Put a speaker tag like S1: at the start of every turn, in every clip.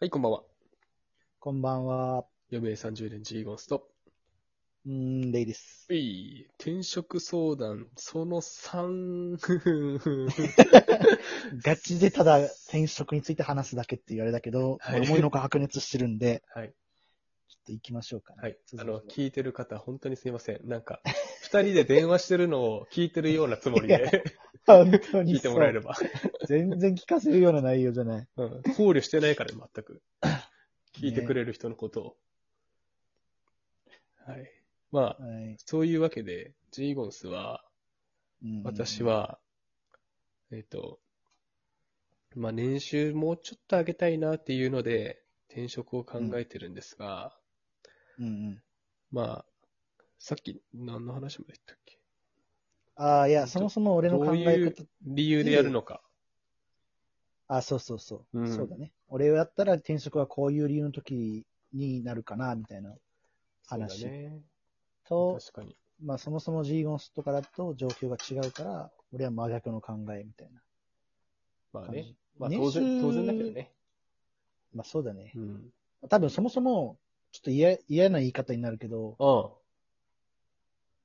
S1: はい、こんばんは。
S2: こんばんは。
S1: 余命30年ジーゴンスト。
S2: うーん、レイです。
S1: うい、転職相談、その3。
S2: ガチでただ転職について話すだけって言われたけど、
S1: はい
S2: 思いのほか白熱してるんで、
S1: はい、
S2: ちょっと行きましょうかね。
S1: はい。あ
S2: 続き
S1: の、聞いてる方、本当にすみません。なんか、二人で電話してるのを聞いてるようなつもりで
S2: 本当に
S1: 聞いてもらえれ
S2: ば。
S1: ば。
S2: 全然聞かせるような内容じゃない。
S1: うん、考慮してないから、全 く。聞いてくれる人のことを。はい。まあ、
S2: はい。
S1: そういうわけで、ジーゴンスは、
S2: うん
S1: 私。は、えっ、と、まあ、年収もうちょっと上げたいなっていうので、転職を考えてるんですが、
S2: うんうん。
S1: まあ、さっき何の話まで言ったっけ
S2: ああ、いや、そもそも俺の考
S1: どうい
S2: え
S1: う
S2: 方、
S1: 理由でやるのか。
S2: あそうそうそう、
S1: うん
S2: そうだね。俺をやったら転職はこういう理由の時になるかな、みたいな
S1: そうだ
S2: 話
S1: ね。
S2: と、
S1: 確かに。
S2: まあそもそも G ゴンストからと状況が違うから、俺は真逆の考えみたいな
S1: まあ
S2: 感
S1: ね
S2: じ。。
S1: まあ当然、
S2: 年収
S1: 当然だけどね。
S2: まあそうだね
S1: う。ん。
S2: 多分そもそも、ちょっと嫌、嫌な言い方になるけど、
S1: あ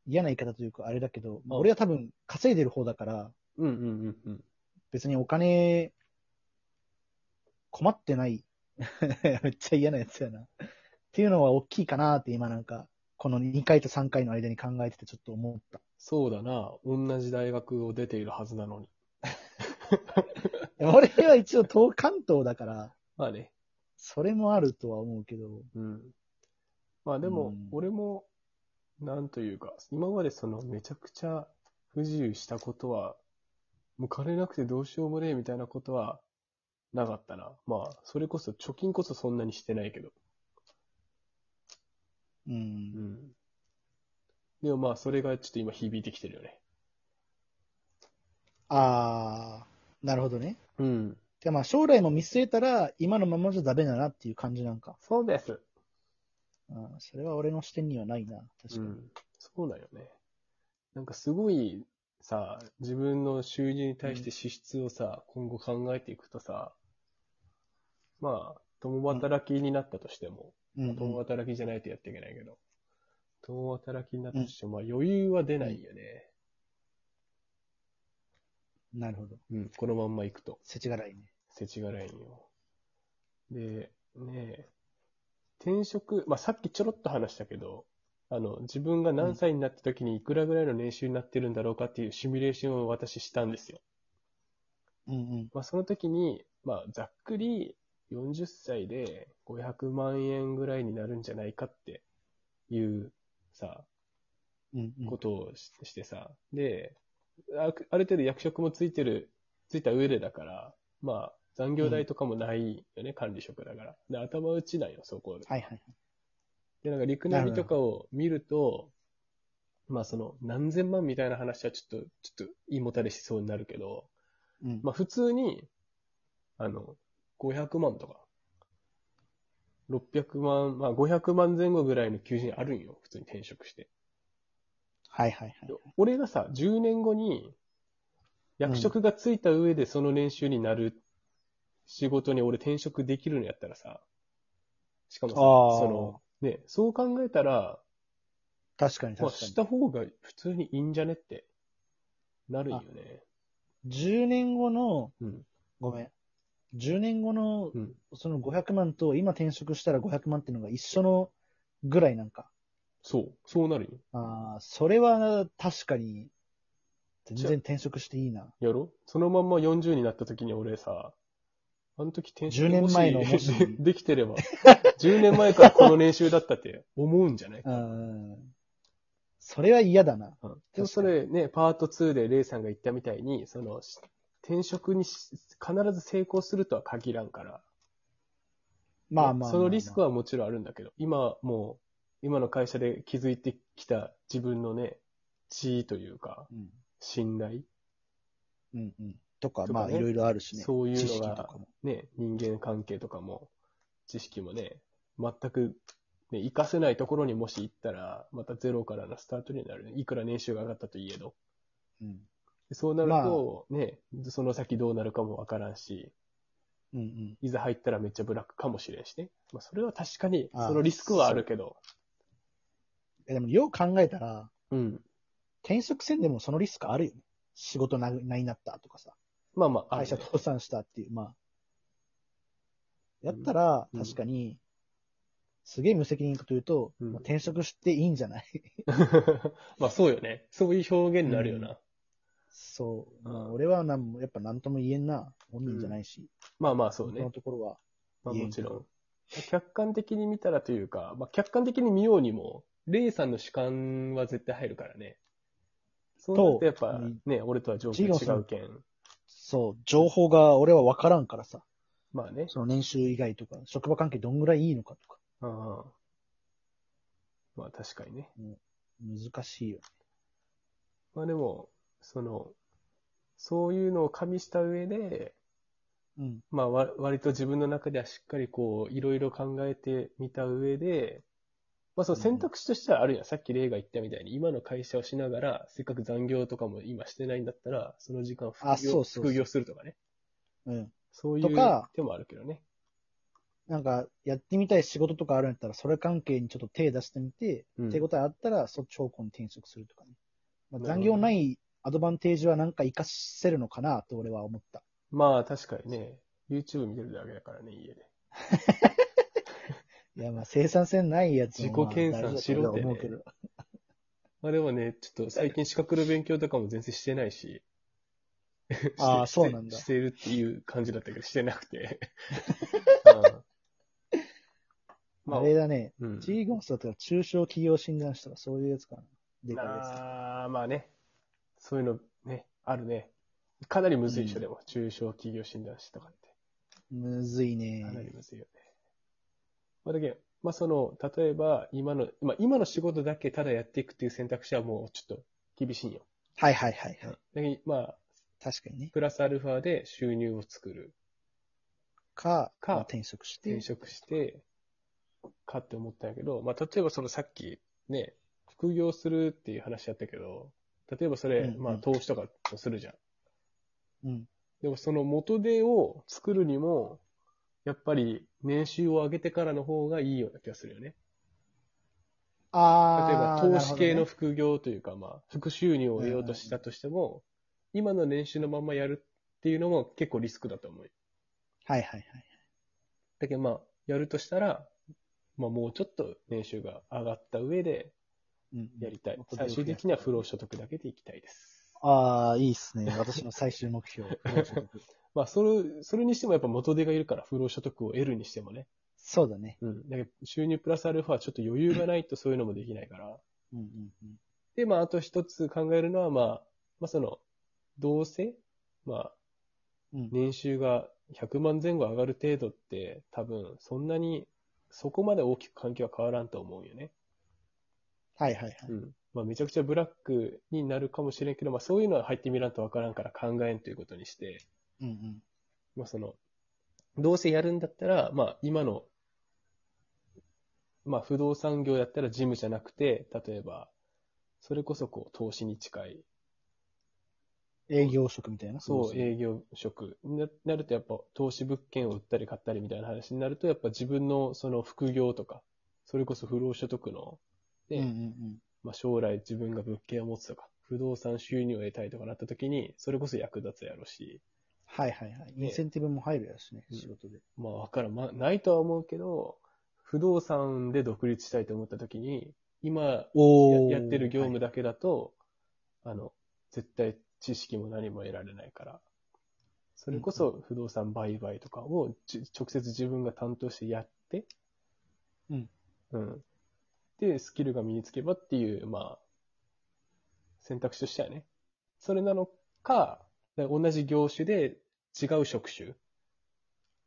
S2: 嫌な言い方というかあれだけど、ま
S1: う
S2: あ
S1: ん
S2: 俺は多分稼いでる方だから、
S1: うんうんうんうん。
S2: 別にお金、困ってない。 めっちゃ嫌なやつやな。っていうのは大きいかなって今なんか、この2回と3回の間に考えててちょっと思った。
S1: そうだな。同じ大学を出ているはずなのに。
S2: いや俺は一応東関東だから、
S1: まあね。
S2: それもあるとは思うけど、
S1: うん。まあでも
S2: うん、
S1: 俺も、なんというか、今までそのめちゃくちゃ不自由したことは、もう金なくてどうしようもねえみたいなことはなかったな。まあ、それこそ貯金こそそんなにしてないけど。
S2: う。
S1: うんん。でもまあ、それがちょっと今響いてきてるよね。
S2: あー、なるほどね。
S1: うん。
S2: てかまあ将来も見据えたら、今のままじゃダメだなっていう感じなんか。
S1: そうです。
S2: うんそれは俺の視点にはないな、確
S1: う
S2: かに。
S1: ん。そうだよね。なんかすごい、さ、自分の収入に対して支出をさ、今後考えていくとさ、まあ、共働きになったとしても、
S2: うんうん
S1: 共働きじゃないとやっていけないけど、共働きになったとしても、まあ余裕は出ないよね。
S2: なるほど。
S1: うん、このまんま行くと。
S2: 世知辛いね。
S1: 世知辛いんよ。で、ねえ、転職、まあ、さっきちょろっと話したけど、あの、自分が何歳になった時にいくらぐらいの年収になってるんだろうかっていうシミュレーションを私したんですよ。
S2: うんうん。
S1: まあ、その時に、まあ、ざっくり40歳で500万円ぐらいになるんじゃないかっていう、さ、
S2: うんうん、
S1: ことをししてさ、で、あある程度役職もついてる、ついた上でだから、まあ、残業代とかもないよね、管理職だから。で、頭打ちなんよ、そこで。
S2: はいはい。
S1: で、なんか、陸ナビとかを見ると、まあ、その、何千万みたいな話はちょっと、ちょっと、胃もたれしそうになるけど、
S2: うん
S1: まあ、普通に、あの、500万とか、600万、まあ、500万前後ぐらいの求人あるんよ、普通に転職して。
S2: はいはいはい。
S1: 俺がさ、10年後に、役職がついた上でその年収になる仕事に俺転職できるのやったらさ、しかもさ、
S2: あー
S1: その、ね、そう考えたら、
S2: 確かに
S1: まあ、
S2: 確か
S1: し
S2: に。
S1: た方が普通にいいんじゃねって、なるよね。
S2: 10年後の、
S1: うん。
S2: ごめん。10年後の
S1: う、ん。
S2: その500万と、今転職したら500万っていうのが一緒のぐらいなんか。
S1: そう、そうなるよ。
S2: ああ、それは確かに、全然転職していいな。
S1: やろそのまんま40になった時に俺さ、あの時転職
S2: 10年前の
S1: もし
S2: もし
S1: できてれば、10年前からこの年収だったって思うんじゃない
S2: うん。それは嫌だな。
S1: でもそれね、パート2でレイさんが言ったみたいに、その、し転職にし必ず成功するとは限らんから、
S2: まあまあまあまあ。
S1: そのリスクはもちろんあるんだけど、今もう、今の会社で築いてきた自分のね、地位というか、
S2: うん。
S1: 信頼、
S2: うんうん。とか、
S1: とか
S2: まあ
S1: ね
S2: いろいろあるしね。
S1: そういうのが
S2: 知識とかも
S1: ね、人間関係とかも、知識もね、全く、ね、活かせないところにもし行ったら、またゼロからのスタートになる。いくら年収が上がったといえど。
S2: うん。
S1: でそうなると、ね、その先どうなるかもわからんし、
S2: うんうん。
S1: いざ入ったらめっちゃブラックかもしれんしね。まあ、それは確かに、
S2: あー
S1: そのリスクはあるけど。
S2: え、でも、よう考えたら、
S1: うん。
S2: 転職せんでもそのリスクあるよね。仕事なくないなったとかさ、
S1: まあまあ、ある
S2: 会社
S1: ね
S2: 倒産したっていう、まあ。やったら、
S1: うん
S2: 確かに、すげえ無責任かというと、
S1: うん
S2: まあ転職していいんじゃない
S1: まあそうよね。そういう表現になるよな。
S2: うそう。まあ
S1: うん
S2: 俺はなんも、やっぱ何とも言えんな、本人じゃないし、
S1: まあまあそう
S2: 本当
S1: ね
S2: の。ところは。
S1: まあ
S2: 言え
S1: も
S2: ん
S1: ち
S2: けど
S1: ろん。客観的に見たらというか、まあ客観的に見ようにも、レイさんの主観は絶対入るからね。そうなるとやっぱ
S2: うん
S1: ね、俺とは状況
S2: ジロ
S1: 違
S2: ー
S1: うけん。
S2: そう、情報が俺は分からんからさ、
S1: まあね。
S2: その年収以外とか、職場関係どんぐらいいいのかとか、
S1: ああまあ確かにね。
S2: 難しいよ。
S1: まあでも、その、そういうのを加味した上で、
S2: うん。
S1: まあわ割と自分の中ではしっかりこう、いろいろ考えてみた上で、まあその選択肢としてはあるやん。さっき例が言ったみたいに、今の会社をしながら、せっかく残業とかも今してないんだったら、その時間を副業
S2: あそうそうそう
S1: 副業するとかね。
S2: うん。
S1: そうい
S2: と
S1: う
S2: か
S1: 手もあるけどね。
S2: なんか、やってみたい仕事とかあるんやったら、それ関係にちょっと手出してみて、
S1: うん
S2: 手応えあったら、そっち方向に転職するとかね。まあ、
S1: なる
S2: 残
S1: ほどね
S2: 業ないアドバンテージはなんか活かせるのかなと俺は 思った。
S1: まあ確かにね、YouTube 見てるだけだからね、家で。
S2: いや、まあ生産性ないやつもまあ
S1: 自己研鑽しろってね
S2: 大事だと思うけど。
S1: まあでもね、ちょっと最近資格の勉強とかも全然してないし。
S2: あー
S1: して
S2: そうなんだ
S1: してしてるっていう感じだったけど、してなく て。うんまあ、
S2: あれだね、
S1: うん。
S2: ジーゴンスだったら中小企業診断士とかそういうやつかな。でかいやつとか。
S1: あーまあね。そういうのね、あるね。かなりむずいでしょ、
S2: うん
S1: でも。中小企業診断士とかって。
S2: むずいね
S1: か。なりむずいよね。まあだけど、まあその、例えば今の、まあ今の仕事だけただやっていくっていう選択肢はもうちょっと厳しいんよ。
S2: はいはいはいはい。
S1: だけどまあ、
S2: 確かにね。
S1: プラスアルファで収入を作る。
S2: か、
S1: か
S2: まあ転職して。
S1: 転職して、かって思ったんやけど、まあ、例えばそのさっきね、副業するっていう話やったけど、例えばそれ、
S2: うんうん
S1: まあ、投資とかもするじゃん。
S2: うん。
S1: でもその元手を作るにも、やっぱり年収を上げてからの方がいいような気がするよね。例えば
S2: あー。
S1: 投資系の
S2: なる
S1: 副業というか、まあ、副収入を得ようとしたとしても、今の年収のまんまやるっていうのも結構リスクだと思うよ。
S2: ほどね。はいはいはい。
S1: だけどまあ、やるとしたら、まあもうちょっと年収が上がった上で
S2: うんうん
S1: やりたい
S2: もっ。と
S1: 最終的には不労所得だけでいきたいです。
S2: ああ、いいっ すね。私の最終目標。不労所得
S1: まあ、それ、それにしてもやっぱ元手がいるから、不労所得を得るにしてもね。
S2: そうだね。
S1: うん。だけど収入プラスアルファはちょっと余裕がないとそういうのもできないから。
S2: うんうんうん。
S1: で、まあ、あと一つ考えるのは、まあ、まあその、どうせ、まあ、
S2: うん
S1: 年収が100万前後上がる程度って、多分、そんなに、そこまで大きく環境は変わらんと思うんよね。
S2: はいはいはい。
S1: うん。まあ、めちゃくちゃブラックになるかもしれんけど、まあ、そういうのは入ってみらんとわからんから考えんということにして、
S2: うんうん。
S1: まあ、その、どうせやるんだったら、まあ、今の、まあ、不動産業だったら事務じゃなくて、例えば、それこそこう、投資に近い、
S2: 営業職みたいな。
S1: そう、
S2: え
S1: 営業職にななると、やっぱ、投資物件を売ったり買ったりみたいな話になると、やっぱ自分のその副業とか、それこそ不労所得の、ね、
S2: うんうんうん。
S1: まあ、将来自分が物件を持つとか、不動産収入を得たいとかなった時に、それこそ役立つやろし、
S2: はいはいはい。イ
S1: ね
S2: ンセンティブも入るやろしね、
S1: うん
S2: 仕事で。
S1: まあわからん、まあ、ないとは思うけど、不動産で独立したいと思った時に、今
S2: お
S1: ややってる業務
S2: だ。
S1: だけだと、あの、絶対知識も何も得られないから、それこそ不動産売買とかをじ直接自分が担当してやって、
S2: うん。
S1: うん。で、スキルが身につけばっていう、まあ、選択肢としてはね。それなのか、だ同じ業種で違う職種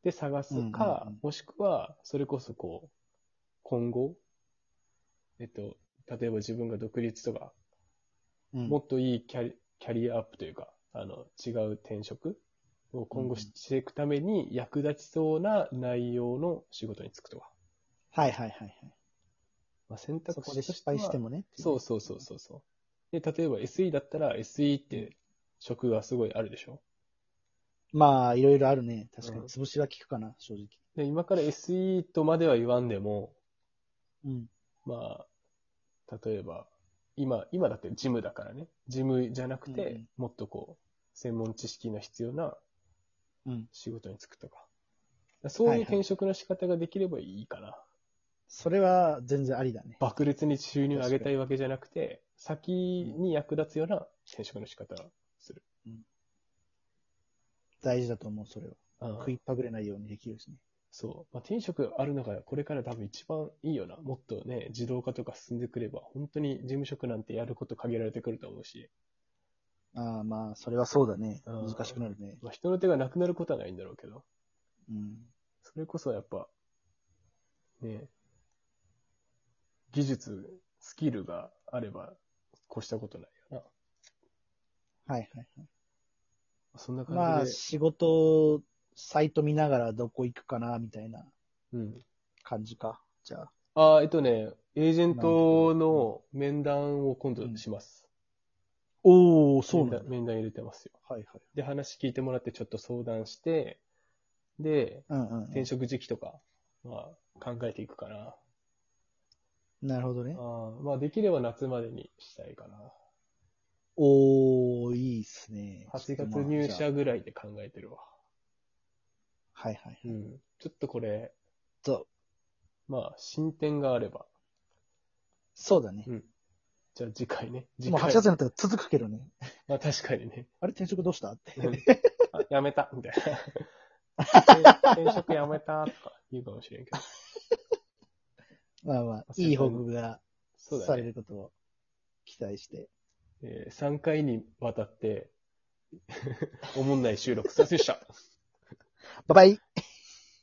S1: で探すか、
S2: うんうんうん
S1: もしくは、それこそこう、今後、えっと、例えば自分が独立とか、
S2: うん
S1: もっといいキャリキャリアアップというか、あの、違う転職を今後していくために役立ちそうな内容の仕事に就くとか。
S2: はいはいはいはい。
S1: まあ、選択肢と
S2: そこ
S1: して
S2: で
S1: は
S2: 失敗してもね。ってい
S1: そうそうそうそうそう。で、例えば SE だったら SE って職がすごいあるでしょ
S2: まあ、いろいろあるね。確か
S1: うん
S2: に、潰しは効くかな、正直。
S1: で、今から SE とまでは言わんでも、
S2: うん。
S1: まあ、例えば、今、今だってジムだからね。ジムじゃなくて、
S2: うんうん
S1: もっとこう、専門知識が必要な
S2: うん。
S1: 仕事に就くとか。そう
S2: はい
S1: いう
S2: はい
S1: 転職の仕方ができればいいかな。
S2: それは全然ありだね。
S1: 爆裂に収入を上げたいわけじゃなくて、先に役立つような転職の仕方をする。
S2: 大事だと思う、それ
S1: う
S2: は。
S1: ん
S2: 食いっぱぐれないようにできるしね。
S1: そう。まあ、転職あるのがこれから多分一番いいよな。もっとね、自動化とか進んでくれば、本当に事務職なんてやること限られてくると思うし、
S2: ああ、まあ、それはそうだね。
S1: うん
S2: 難しくなるね。
S1: まあ、人の手がなくなることはないんだろうけど、
S2: うん。
S1: それこそやっぱ、ね、技術、スキルがあれば、越したことないよ
S2: はいはいはい。
S1: な。そんな感じで。
S2: まあ、仕事、サイト見ながらどこ行くかな、みたいな
S1: うん。
S2: 感じか。じゃあ。
S1: あ、えっとね、エージェントの面談を今度します。
S2: おおそう
S1: 面
S2: なん
S1: 談
S2: だ。
S1: 面談入れてますよ。
S2: はいはい。
S1: で、話聞いてもらってちょっと相談して、で、
S2: うんうんう
S1: 転職時期とか、まあ、考えていくかな。
S2: ん。なるほどね。
S1: あーまあ、できれば夏までにしたいかな。
S2: おー、いいっすね。
S1: 8月
S2: ちょっとまあ
S1: 入
S2: じゃ
S1: 社ぐらいで考えてるわ。
S2: あはいはい。
S1: うん。ちょっとこれ、
S2: そう。
S1: まあ、進展があれば。
S2: そうだね
S1: う。ん。じゃあ次回ね。次
S2: もう
S1: 回。
S2: 8月になったら続くけどね。
S1: まあ、確かにね。
S2: あれ転職どうしたって。
S1: うんあやめたみたいな。転職やめたとか言うかもしれんけど。
S2: まあまあ、
S1: あ
S2: いい報告が
S1: そうだ
S2: さ
S1: ね
S2: れ。ることを期待して。
S1: えー、3回に わたって、おもんない収録させました。
S2: バイバイ